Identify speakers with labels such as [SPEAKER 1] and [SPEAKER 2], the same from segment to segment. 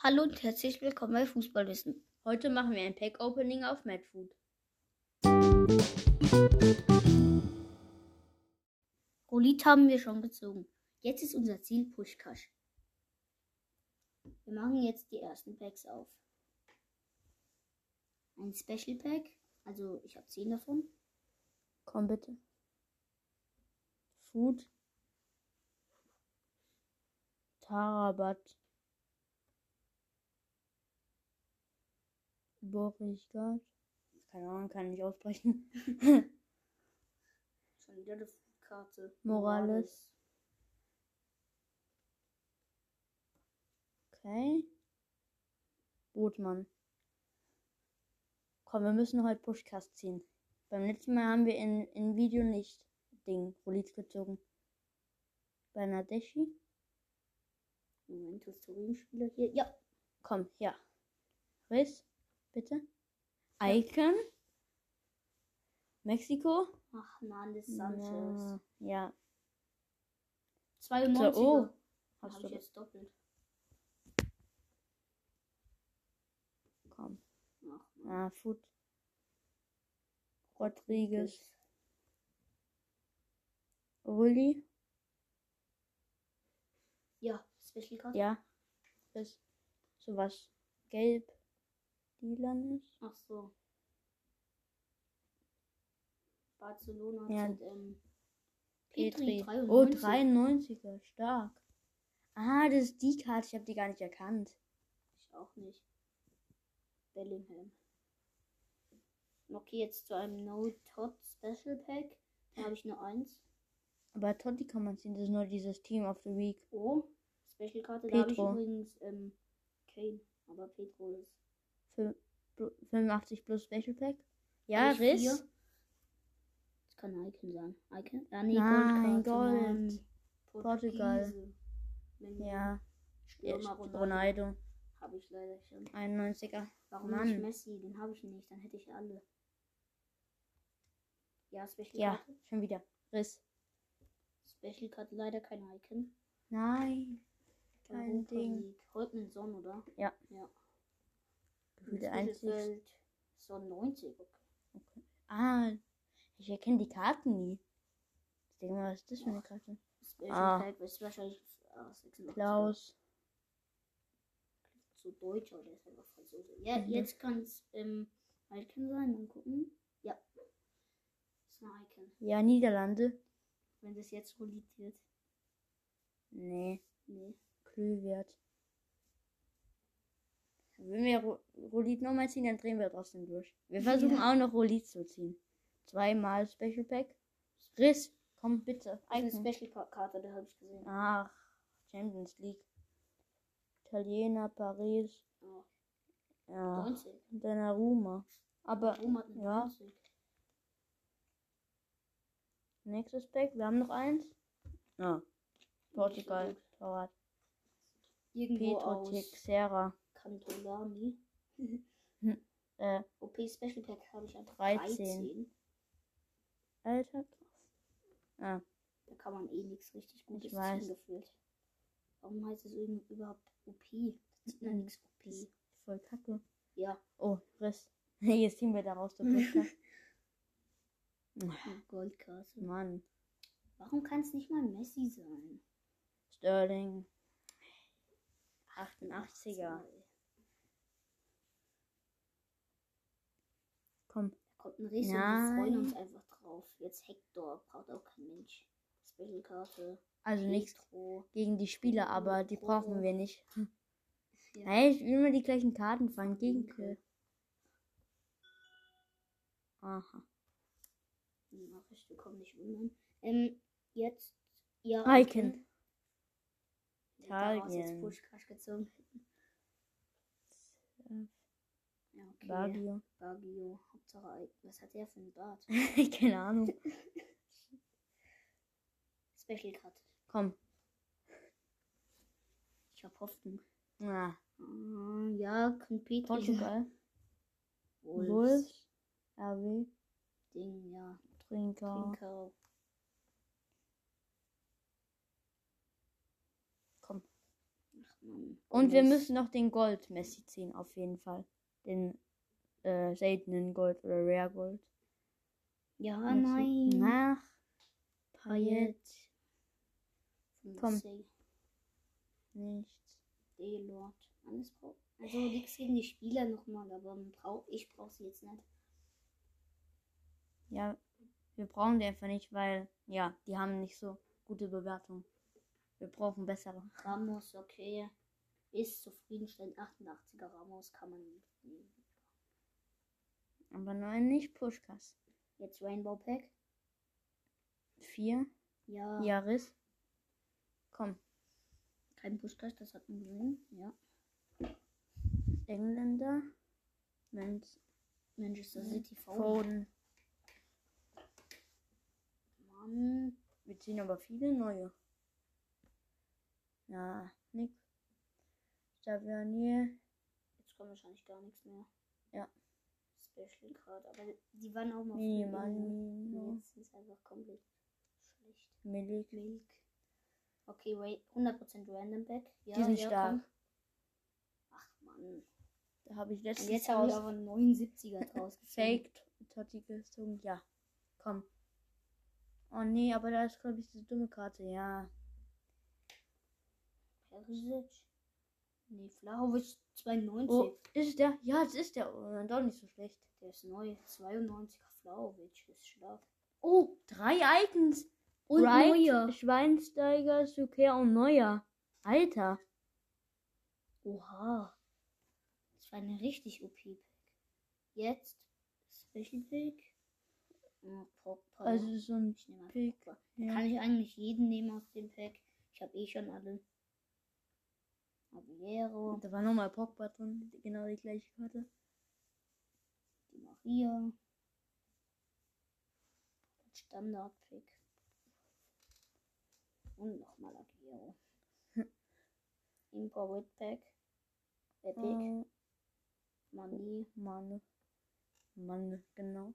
[SPEAKER 1] Hallo und herzlich willkommen bei Fußballwissen.
[SPEAKER 2] Heute machen wir ein Pack-Opening auf Madfood.
[SPEAKER 1] Rolit haben wir schon gezogen. Jetzt ist unser Ziel Pushkash. Wir machen jetzt die ersten Packs auf. Ein Special Pack, also ich habe 10 davon.
[SPEAKER 2] Komm bitte. Food. Tarabat. Borigard. Keine Ahnung, kann ich aussprechen.
[SPEAKER 1] Schon wieder eine Karte.
[SPEAKER 2] Morales. Okay. Botmann. Komm, wir müssen heute Pushcast ziehen. Beim letzten Mal haben wir in, in Video nicht Ding, Rolit gezogen. Bernadeschi?
[SPEAKER 1] Moment, Historienspieler hier. Ja,
[SPEAKER 2] Komm, ja. Riss, bitte. Icon? Mexiko?
[SPEAKER 1] ach, Nandes Sanchez.
[SPEAKER 2] Ja.
[SPEAKER 1] 92.
[SPEAKER 2] oh,
[SPEAKER 1] Habe
[SPEAKER 2] Hast du
[SPEAKER 1] ich jetzt doppelt.
[SPEAKER 2] Komm.
[SPEAKER 1] Ach, Mann.
[SPEAKER 2] Ah, Food. Rodriguez. Rulli?
[SPEAKER 1] Ja, Special Karte.
[SPEAKER 2] Ja. Riss. Sowas. Gelb. Dylan ist.
[SPEAKER 1] Ach so. Barcelona
[SPEAKER 2] Ja.
[SPEAKER 1] und ähm,
[SPEAKER 2] Petri.
[SPEAKER 1] Petri.
[SPEAKER 2] Oh,
[SPEAKER 1] 93.
[SPEAKER 2] 93er, stark. Ah, das ist die Karte, ich habe die gar nicht erkannt.
[SPEAKER 1] Ich auch nicht. Bellingham. Okay, jetzt zu einem No-Tot Special Pack. Da habe ich nur eins.
[SPEAKER 2] Aber Totti kann man sehen, das ist nur dieses Team of the Week.
[SPEAKER 1] Oh, Special Karte. Da habe ich
[SPEAKER 2] Pedro.
[SPEAKER 1] übrigens ähm, Kane. Aber Petro ist.
[SPEAKER 2] Fün- bl- 85 plus Special Pack. Ja,
[SPEAKER 1] Habe ich
[SPEAKER 2] Riss.
[SPEAKER 1] vier. Das kann Icon sein. Icon? Ah, genau. nee,
[SPEAKER 2] Nein,
[SPEAKER 1] Goldkarte,
[SPEAKER 2] Gold.
[SPEAKER 1] nein.
[SPEAKER 2] Portugal.
[SPEAKER 1] Portugiese. Wenn
[SPEAKER 2] Ja,
[SPEAKER 1] Stürmer
[SPEAKER 2] ja,
[SPEAKER 1] Ronaldo.
[SPEAKER 2] Ronaldo.
[SPEAKER 1] Habe ich leider schon.
[SPEAKER 2] 91er.
[SPEAKER 1] Warum
[SPEAKER 2] Mann.
[SPEAKER 1] nicht Messi? Den habe ich nicht, dann hätte ich alle. Ja, Special
[SPEAKER 2] Ja,
[SPEAKER 1] Karte.
[SPEAKER 2] schon wieder. Riss.
[SPEAKER 1] Special Karte leider kein Icon.
[SPEAKER 2] Nein. Kein
[SPEAKER 1] Europa
[SPEAKER 2] Ding.
[SPEAKER 1] League. Heute mit Son, oder?
[SPEAKER 2] Ja.
[SPEAKER 1] Ja.
[SPEAKER 2] Gefühlt
[SPEAKER 1] Ins
[SPEAKER 2] der einzigste.
[SPEAKER 1] Mittelfeld Son 90. Okay.
[SPEAKER 2] Ah, ich erkenne die Karten nie. Ich denke mal, was ist das für eine Karte?
[SPEAKER 1] Special
[SPEAKER 2] Ah.
[SPEAKER 1] Pack ist wahrscheinlich ah, 86.
[SPEAKER 2] Klaus.
[SPEAKER 1] So Deutscher oder ist einfach Franzose. Ja,
[SPEAKER 2] Mhm.
[SPEAKER 1] jetzt kann es ähm, Icon sein. Mal gucken. Ja. Ist ein Icon.
[SPEAKER 2] Ja, Niederlande.
[SPEAKER 1] Wenn das jetzt roliert wird.
[SPEAKER 2] Nee.
[SPEAKER 1] Nee.
[SPEAKER 2] Glühwert. Wenn wir Ro- Rolit nochmal ziehen, dann drehen wir trotzdem durch. Wir versuchen
[SPEAKER 1] Ja.
[SPEAKER 2] auch noch Rolit zu ziehen. Zweimal Special Pack. Riss, komm bitte.
[SPEAKER 1] Eine
[SPEAKER 2] Icon.
[SPEAKER 1] Special Karte, da habe ich gesehen.
[SPEAKER 2] Ach, Champions League. Italiener, Paris.
[SPEAKER 1] Ah,
[SPEAKER 2] Ja.
[SPEAKER 1] 90.
[SPEAKER 2] Donnarumma. Aber
[SPEAKER 1] Ah, Warum hat eine
[SPEAKER 2] Ja.
[SPEAKER 1] 90?
[SPEAKER 2] nächstes Pack, wir haben noch eins. Ja.
[SPEAKER 1] Nicht
[SPEAKER 2] Portugal.
[SPEAKER 1] so gut.
[SPEAKER 2] Torwart.
[SPEAKER 1] Irgendwo
[SPEAKER 2] Petro
[SPEAKER 1] aus
[SPEAKER 2] Teixeira.
[SPEAKER 1] Cantolani.
[SPEAKER 2] Äh,
[SPEAKER 1] OP Special Pack habe ich an 13.
[SPEAKER 2] 13. Alter. Ah,
[SPEAKER 1] Da kann man eh nichts richtig Gutes
[SPEAKER 2] Ich weiß.
[SPEAKER 1] ziehen gefühlt. Warum heißt es irgend- überhaupt OP? Das ist ja
[SPEAKER 2] Mhm.
[SPEAKER 1] nichts OP.
[SPEAKER 2] voll kacke.
[SPEAKER 1] Ja,
[SPEAKER 2] Oh, Riss. Jetzt ziehen wir daraus der Brücke.
[SPEAKER 1] eine Goldkarte.
[SPEAKER 2] Mann.
[SPEAKER 1] Warum kann es nicht mal Messi sein?
[SPEAKER 2] Sterling. 88er.
[SPEAKER 1] Da
[SPEAKER 2] Komm.
[SPEAKER 1] kommt ein Riss und wir
[SPEAKER 2] Nein.
[SPEAKER 1] freuen uns einfach drauf. Jetzt Hector, braucht auch kein Mensch. Special Karte.
[SPEAKER 2] Also nichts
[SPEAKER 1] Petro.
[SPEAKER 2] gegen die Spieler, aber die
[SPEAKER 1] Oh.
[SPEAKER 2] brauchen wir nicht.
[SPEAKER 1] Ja.
[SPEAKER 2] Hey, ich will immer die gleichen Karten fahren. Gegenkill. Aha.
[SPEAKER 1] Die Nachricht, wir kommen nicht wundern. Ähm, jetzt. Ja,
[SPEAKER 2] Icon.
[SPEAKER 1] Icon. Daraus jetzt
[SPEAKER 2] Italien.
[SPEAKER 1] Pushkash gezogen. Ja, okay.
[SPEAKER 2] Baggio.
[SPEAKER 1] Baggio. Hauptsache, Icon. was hat der für ein Bart?
[SPEAKER 2] Keine Ahnung.
[SPEAKER 1] Special Karte.
[SPEAKER 2] Komm.
[SPEAKER 1] Ich hab Hoffnung.
[SPEAKER 2] Ah,
[SPEAKER 1] Ah, ja, kann Petri.
[SPEAKER 2] Portugal.
[SPEAKER 1] Wolfs.
[SPEAKER 2] Wolves. RW.
[SPEAKER 1] Ding, ja.
[SPEAKER 2] Trinker.
[SPEAKER 1] Trinker.
[SPEAKER 2] Komm.
[SPEAKER 1] Ach, Mann.
[SPEAKER 2] Und wir müssen noch den Gold Messi ziehen, auf jeden Fall. Den äh, seltenen Gold oder Rare Gold.
[SPEAKER 1] Ja,
[SPEAKER 2] Messi.
[SPEAKER 1] Oh nein.
[SPEAKER 2] Nach Payet
[SPEAKER 1] Payet.
[SPEAKER 2] Komm.
[SPEAKER 1] Messi.
[SPEAKER 2] nichts.
[SPEAKER 1] D-Lord. Alles braucht. Also nichts gegen die Spieler nochmal, aber man braucht, ich brauche sie jetzt nicht.
[SPEAKER 2] Ja, wir brauchen die einfach nicht, weil, ja, die haben nicht so gute Bewertung. Wir brauchen bessere.
[SPEAKER 1] Ramos, okay. Ist zufriedenstellend. 88er Ramos kann man nicht nehmen.
[SPEAKER 2] Aber nein, nicht Pushkas.
[SPEAKER 1] Jetzt Rainbow Pack.
[SPEAKER 2] Vier.
[SPEAKER 1] Ja.
[SPEAKER 2] Jaris. Komm,
[SPEAKER 1] Kein Pushkash, das hat man gesehen. Ja.
[SPEAKER 2] Engländer. Mensch, Mhm.
[SPEAKER 1] Manchester City V.
[SPEAKER 2] Foden.
[SPEAKER 1] Mann.
[SPEAKER 2] Wir ziehen aber viele neue. Na, nix. Xavier
[SPEAKER 1] Jetzt kommt wahrscheinlich gar nichts mehr.
[SPEAKER 2] Ja.
[SPEAKER 1] Special Card. Aber die waren auch mal früher drin.
[SPEAKER 2] Miniman,
[SPEAKER 1] Jetzt ist einfach komplett schlecht.
[SPEAKER 2] Milik.
[SPEAKER 1] Milk. Okay, wait, 100% Random Back. Ja,
[SPEAKER 2] Die sind
[SPEAKER 1] ja,
[SPEAKER 2] stark.
[SPEAKER 1] komm. Ach Mann.
[SPEAKER 2] Da habe ich
[SPEAKER 1] Und
[SPEAKER 2] letztens
[SPEAKER 1] jetzt haben
[SPEAKER 2] aus
[SPEAKER 1] wir aber einen 79er draus gezogen.
[SPEAKER 2] Faked Totti gezogen. Ja, komm. Oh nee, aber da ist glaube ich diese dumme Karte. Ja,
[SPEAKER 1] Perisic. Nee, Flahovic 92.
[SPEAKER 2] Oh, ist es der? Ja, es ist der. Oh, dann doch nicht so schlecht.
[SPEAKER 1] Der ist neu. 92er Flahovic ist stark.
[SPEAKER 2] Oh, drei Icons.
[SPEAKER 1] Und
[SPEAKER 2] Wright,
[SPEAKER 1] neuer.
[SPEAKER 2] Schweinsteiger, Suker und Neuer. Alter.
[SPEAKER 1] Oha. Das war eine richtig OP-Pack. Jetzt Special Pack. Oh, Pogba.
[SPEAKER 2] Also so ein
[SPEAKER 1] ich nehme
[SPEAKER 2] Pick.
[SPEAKER 1] Pogba.
[SPEAKER 2] Ja.
[SPEAKER 1] Kann ich eigentlich jeden nehmen aus dem Pack? Ich habe eh schon alle. Aguero,
[SPEAKER 2] Da war nochmal Pogba drin. Genau die gleiche Karte.
[SPEAKER 1] die Maria. Standard-Pick. Und nochmal Aguero. Hm. Import Whitback. Epic.
[SPEAKER 2] Oh,
[SPEAKER 1] Money.
[SPEAKER 2] Mann. Mann, genau.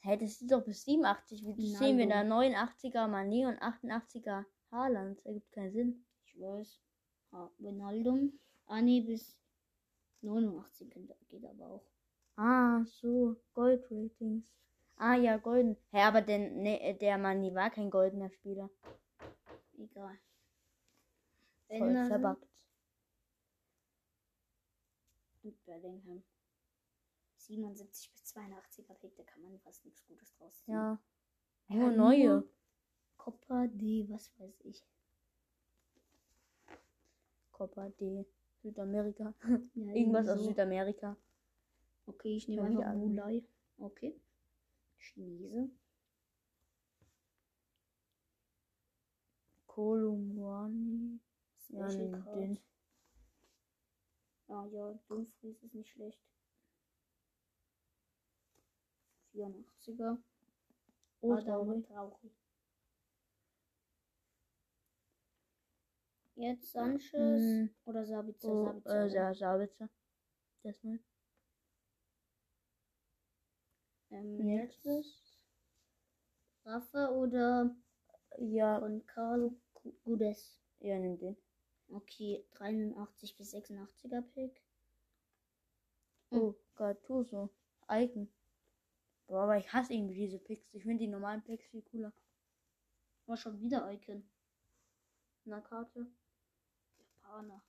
[SPEAKER 2] Hey, das ist doch bis 87. Wie
[SPEAKER 1] Nein,
[SPEAKER 2] sehen wir
[SPEAKER 1] du.
[SPEAKER 2] da? 89er Mané und 88er Haaland. Das ergibt keinen Sinn.
[SPEAKER 1] Ich weiß. Ah, Benaldum. Ah, nee, bis 89 könnte- geht aber auch.
[SPEAKER 2] Ah, so. Gold Ratings. Ah ja, golden. Hä, aber der, nee, der Mané war kein goldener Spieler.
[SPEAKER 1] Egal.
[SPEAKER 2] Voll
[SPEAKER 1] Anderson
[SPEAKER 2] verbuggt.
[SPEAKER 1] und Bellingham. 77 bis 82er Pick, da kann man fast nichts Gutes draus ziehen.
[SPEAKER 2] Ja.
[SPEAKER 1] Ja,
[SPEAKER 2] Nur
[SPEAKER 1] nur-
[SPEAKER 2] neue.
[SPEAKER 1] Copa D, was weiß ich.
[SPEAKER 2] Copa D. Südamerika.
[SPEAKER 1] Ja,
[SPEAKER 2] Irgendwas
[SPEAKER 1] irgendwie
[SPEAKER 2] aus
[SPEAKER 1] so.
[SPEAKER 2] Südamerika.
[SPEAKER 1] Okay, ich nehme
[SPEAKER 2] Hab ich
[SPEAKER 1] einfach
[SPEAKER 2] alle.
[SPEAKER 1] Mulai. Okay. Chinese.
[SPEAKER 2] Kolumwani. Ja,
[SPEAKER 1] Special
[SPEAKER 2] nimm
[SPEAKER 1] Card.
[SPEAKER 2] den.
[SPEAKER 1] Ah ja, Dumfries ist nicht schlecht. 84er.
[SPEAKER 2] Oh,
[SPEAKER 1] Adam
[SPEAKER 2] sorry.
[SPEAKER 1] Trauri. Jetzt Sanchez
[SPEAKER 2] Mm.
[SPEAKER 1] oder Sabitzer.
[SPEAKER 2] Oh,
[SPEAKER 1] Sabitzer.
[SPEAKER 2] äh, Sa- Sabitzer. Das mal.
[SPEAKER 1] ähm,
[SPEAKER 2] nix.
[SPEAKER 1] jetzt Rafa oder
[SPEAKER 2] Ja,
[SPEAKER 1] von Carlo Gu- Gudes.
[SPEAKER 2] ja, nimm den.
[SPEAKER 1] Okay, 83 bis 86er Pick.
[SPEAKER 2] Oh, Gattuso. Icon. Boah, aber ich hasse irgendwie diese Picks. Ich finde die normalen Picks viel cooler.
[SPEAKER 1] War schon wieder Icon.
[SPEAKER 2] Na, Karte.
[SPEAKER 1] Japaner.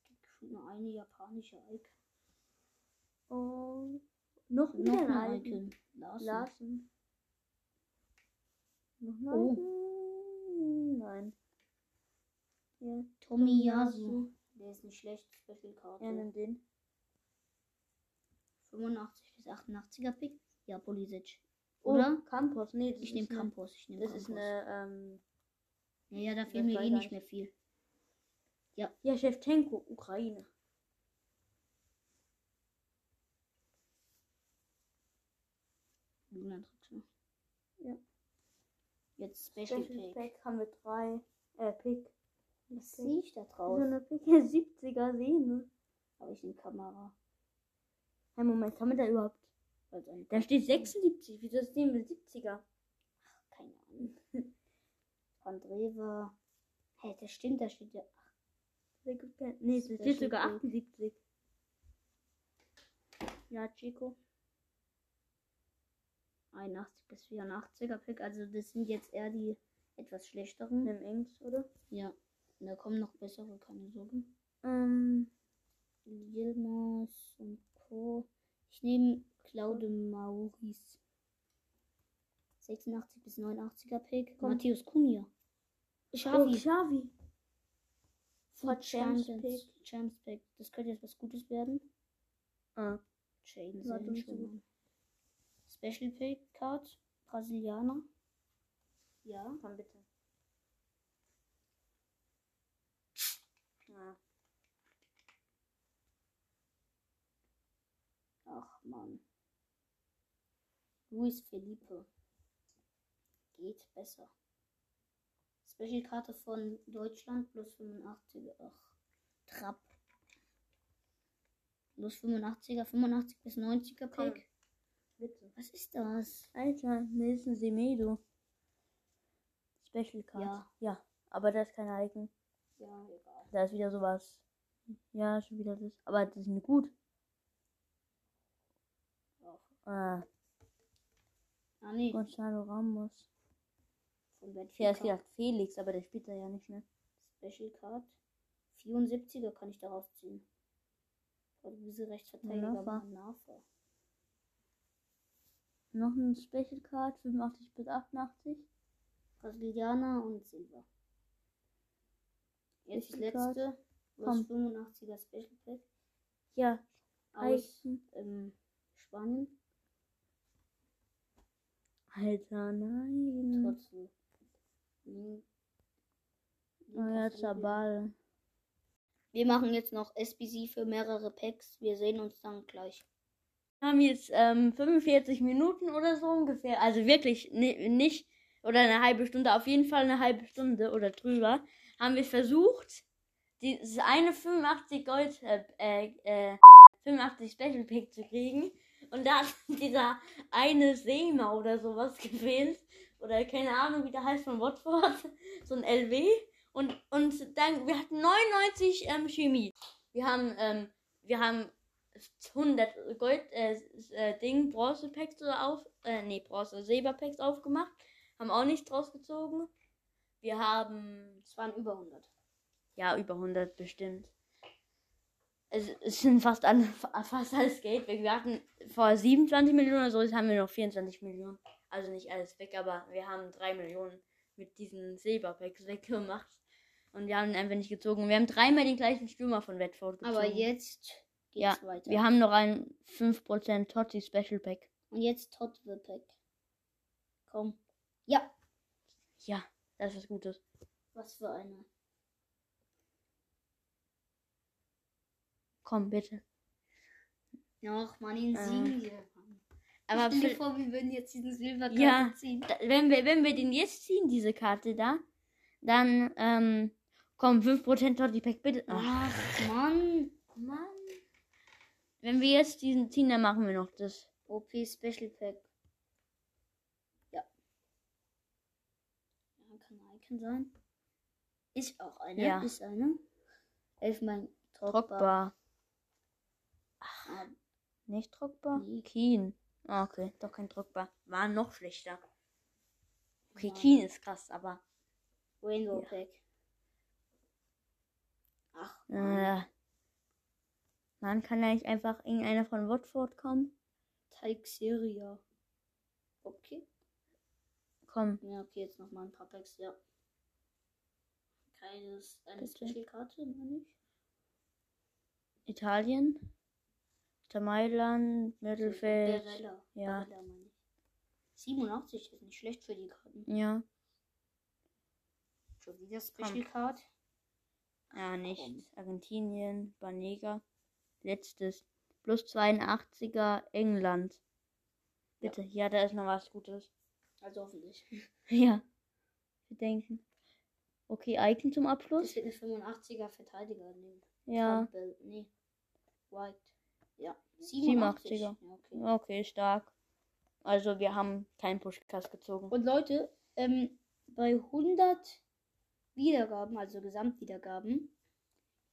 [SPEAKER 1] Es gibt gefühlt nur eine japanische Icon.
[SPEAKER 2] Oh. Noch
[SPEAKER 1] Noch
[SPEAKER 2] wieder
[SPEAKER 1] eine
[SPEAKER 2] ein Icon.
[SPEAKER 1] Icon. Larsen.
[SPEAKER 2] Larsen. Noch mal.
[SPEAKER 1] Oh.
[SPEAKER 2] Icon? Nein. Ja.
[SPEAKER 1] Tomiyasu. Der ist nicht schlecht. Special Card.
[SPEAKER 2] Ja, nimm den.
[SPEAKER 1] 85 bis 88er Pick. Ja, Polisic.
[SPEAKER 2] Oh,
[SPEAKER 1] Oder?
[SPEAKER 2] Campos. Nee, das
[SPEAKER 1] Ich
[SPEAKER 2] ist
[SPEAKER 1] nehme
[SPEAKER 2] eine-
[SPEAKER 1] Campos. Ich nehme
[SPEAKER 2] Das
[SPEAKER 1] Campos.
[SPEAKER 2] ist eine, ähm,
[SPEAKER 1] ja, ja, da
[SPEAKER 2] das
[SPEAKER 1] fehlt mir
[SPEAKER 2] weiß
[SPEAKER 1] eh
[SPEAKER 2] ich
[SPEAKER 1] nicht
[SPEAKER 2] nicht.
[SPEAKER 1] mehr viel.
[SPEAKER 2] ja, Shevchenko, Ukraine.
[SPEAKER 1] Luna drückt schon.
[SPEAKER 2] Ja.
[SPEAKER 1] Jetzt Special
[SPEAKER 2] Special
[SPEAKER 1] Pick.
[SPEAKER 2] Pack haben wir drei, äh, Pick.
[SPEAKER 1] Was sehe ich da
[SPEAKER 2] So
[SPEAKER 1] drauf?
[SPEAKER 2] eine Pick 70er Sehne.
[SPEAKER 1] Aber ich nehme Kamera.
[SPEAKER 2] Hey, Moment, kann man da überhaupt?
[SPEAKER 1] Also ein-
[SPEAKER 2] Da steht 76, wieso ist nehmen wir 70er?
[SPEAKER 1] Keine Ahnung. Andreva. Hä, das stimmt, da steht ja.
[SPEAKER 2] Sehr gut, ja. Nee, es
[SPEAKER 1] Das
[SPEAKER 2] steht
[SPEAKER 1] steht
[SPEAKER 2] sogar
[SPEAKER 1] gut.
[SPEAKER 2] 78.
[SPEAKER 1] Ja, Chico. 81 bis 84er Pick, also das sind jetzt eher die etwas schlechteren.
[SPEAKER 2] Nimm Engs, oder?
[SPEAKER 1] Ja, da kommen noch bessere, keine Sorge.
[SPEAKER 2] Ähm,
[SPEAKER 1] Yilmaz und Co. Ich nehme Claude Maurice. 86 bis 89er Pick.
[SPEAKER 2] Komm.
[SPEAKER 1] Matthäus Kunja.
[SPEAKER 2] oh,
[SPEAKER 1] Xavi.
[SPEAKER 2] Xavi.
[SPEAKER 1] von
[SPEAKER 2] Champions
[SPEAKER 1] Champions Pick. Champions Pick. Das könnte jetzt was Gutes werden.
[SPEAKER 2] Ah,
[SPEAKER 1] Jaden
[SPEAKER 2] Warte,
[SPEAKER 1] Sancho.
[SPEAKER 2] ich suche.
[SPEAKER 1] Special Pick Card. Brasilianer. Ja.
[SPEAKER 2] komm bitte. Ah,
[SPEAKER 1] Ach man. Luis Felipe. Geht besser. Special Karte von Deutschland plus 85. Ach. Trapp. Plus 85er, 85 bis 90er
[SPEAKER 2] Komm.
[SPEAKER 1] Pick.
[SPEAKER 2] bitte.
[SPEAKER 1] Was ist das?
[SPEAKER 2] Alter, Nelson Semedo. Special Card.
[SPEAKER 1] Ja.
[SPEAKER 2] ja. Aber da ist kein Icon.
[SPEAKER 1] Ja, egal.
[SPEAKER 2] Da ist wieder sowas. Ja, schon wieder das. Aber das ist nicht gut. Ah,
[SPEAKER 1] Ah, nee.
[SPEAKER 2] Gonzalo Ramos.
[SPEAKER 1] Von
[SPEAKER 2] Ja,
[SPEAKER 1] Benfica.
[SPEAKER 2] ist gedacht Felix, aber der spielt da ja nicht, ne?
[SPEAKER 1] Special Card. 74er kann ich daraus ziehen. Portugiese Rechtsverteidiger
[SPEAKER 2] Manafa.
[SPEAKER 1] Manafa.
[SPEAKER 2] Noch ein Special Card, 85 bis 88.
[SPEAKER 1] Brasilianer und Silber. Jetzt das
[SPEAKER 2] Special Card.
[SPEAKER 1] letzte.
[SPEAKER 2] Komm.
[SPEAKER 1] Was 85er Special Pack
[SPEAKER 2] Ja,
[SPEAKER 1] aus
[SPEAKER 2] Icon.
[SPEAKER 1] ähm, Spanien.
[SPEAKER 2] Alter, nein.
[SPEAKER 1] Trotzdem. Lin-
[SPEAKER 2] oh ja,
[SPEAKER 1] Linker Flügel.
[SPEAKER 2] Zabal.
[SPEAKER 1] Wir machen jetzt noch SBC für mehrere Packs. Wir sehen uns dann gleich.
[SPEAKER 2] Wir haben jetzt ähm, 45 Minuten oder so ungefähr. Also wirklich ni- nicht. Oder eine halbe Stunde. Auf jeden Fall eine halbe Stunde oder drüber. Haben wir versucht, dieses eine 85 Gold. Äh, äh, äh, 85 Special Pick zu kriegen. Und da hat dieser eine Seema oder sowas gefehlt. Oder keine Ahnung, wie der heißt von Watford. So ein LW. Und, und dann, wir hatten 99 ähm, Chemie. Wir haben, ähm, wir haben 100 Gold, äh, s- äh, Ding, Bronze-Packs so auf, äh, nee, Bronze, Silber-Packs aufgemacht. Haben auch nichts draus gezogen. Wir haben,
[SPEAKER 1] Es waren über 100.
[SPEAKER 2] ja, über 100 bestimmt. Es, es sind fast alle, fa- fast alles Geld weg. Wir hatten vor 27 Millionen oder so, jetzt haben wir noch 24 Millionen. Also nicht alles weg, aber wir haben 3 Millionen mit diesen Silberpacks weggemacht. Und wir haben ihn einfach nicht gezogen. Wir haben dreimal den gleichen Stürmer von Redford gezogen.
[SPEAKER 1] Aber jetzt geht's
[SPEAKER 2] Ja,
[SPEAKER 1] weiter.
[SPEAKER 2] Wir haben noch ein 5% Totti Special Pack.
[SPEAKER 1] Und jetzt Todd Wilpeck. Komm. Ja,
[SPEAKER 2] Ja, das ist was Gutes.
[SPEAKER 1] was für eine.
[SPEAKER 2] Komm, bitte.
[SPEAKER 1] Ach man, Insigne.
[SPEAKER 2] Äh. Aber
[SPEAKER 1] Stell dir
[SPEAKER 2] für-
[SPEAKER 1] vor, wir würden jetzt diesen Silberkarte
[SPEAKER 2] Ja.
[SPEAKER 1] ziehen.
[SPEAKER 2] da- wenn wir, wenn wir den jetzt ziehen, diese Karte da, dann, ähm, komm, 5% Totti Pack, bitte.
[SPEAKER 1] Ah.
[SPEAKER 2] Ah. Ach,
[SPEAKER 1] Ach man.
[SPEAKER 2] Mann. Wenn wir jetzt diesen ziehen, dann machen wir noch das.
[SPEAKER 1] OP Special Pack. Ja. ja kann ein Icon sein. Ist auch eine.
[SPEAKER 2] Ja.
[SPEAKER 1] Ist eine. Elfmal Drogba.
[SPEAKER 2] Trockbar.
[SPEAKER 1] Ah,
[SPEAKER 2] Nicht trockbar?
[SPEAKER 1] Nee.
[SPEAKER 2] Keen. Ah, okay, doch kein trockbar. War noch schlechter. Okay,
[SPEAKER 1] Mann.
[SPEAKER 2] Keen ist krass, aber.
[SPEAKER 1] Rainbow
[SPEAKER 2] Ja.
[SPEAKER 1] Pack. Ach, Mann.
[SPEAKER 2] Äh, man kann ja nicht einfach irgendeiner von Watford kommen.
[SPEAKER 1] Teig Seria. Okay.
[SPEAKER 2] Komm,
[SPEAKER 1] Ja, okay, jetzt nochmal ein paar Packs, ja. Keines, eine
[SPEAKER 2] Bitte.
[SPEAKER 1] Special-Karte, meine ich.
[SPEAKER 2] Italien. Inter Mailand, Mittelfeld.
[SPEAKER 1] Barella.
[SPEAKER 2] ja.
[SPEAKER 1] Barella, meine ich. 87 ist nicht schlecht für die Karten.
[SPEAKER 2] Ja.
[SPEAKER 1] Schon wieder Special-Card.
[SPEAKER 2] Ja, Ah, nicht.
[SPEAKER 1] Komm.
[SPEAKER 2] Argentinien, Banega. Letztes. Plus 82er England. Bitte, ja. da ist noch was Gutes.
[SPEAKER 1] Also hoffentlich.
[SPEAKER 2] Ja. Wir denken. Okay, Icon zum
[SPEAKER 1] Das
[SPEAKER 2] Abschluss.
[SPEAKER 1] wird eine 85er Verteidiger nehmen.
[SPEAKER 2] Ja.
[SPEAKER 1] Campbell, nee. White. Ja.
[SPEAKER 2] 87er.
[SPEAKER 1] Ja, okay.
[SPEAKER 2] Okay, stark. Also wir haben keinen Pushcast gezogen.
[SPEAKER 1] Und Leute, ähm, bei 100 Wiedergaben, also Gesamtwiedergaben,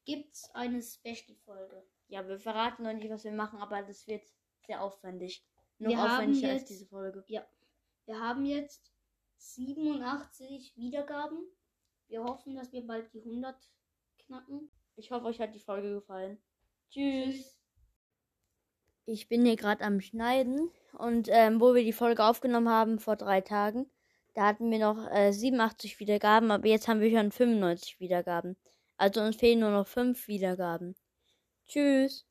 [SPEAKER 1] gibt's eine Special-Folge.
[SPEAKER 2] Ja, wir verraten noch nicht, was wir machen, aber das wird sehr aufwendig. Noch
[SPEAKER 1] Wir haben
[SPEAKER 2] aufwendiger als
[SPEAKER 1] jetzt-
[SPEAKER 2] diese Folge.
[SPEAKER 1] Wir haben jetzt 87 Wiedergaben. Wir hoffen, dass wir bald die 100 knacken.
[SPEAKER 2] Ich hoffe, euch hat die Folge gefallen. Tschüss. Ich bin hier gerade am Schneiden und ähm, wo wir die Folge aufgenommen haben vor drei Tagen, da hatten wir noch äh, 87 Wiedergaben, aber jetzt haben wir schon 95 Wiedergaben. Also uns fehlen nur noch 5 Wiedergaben. Tschüss.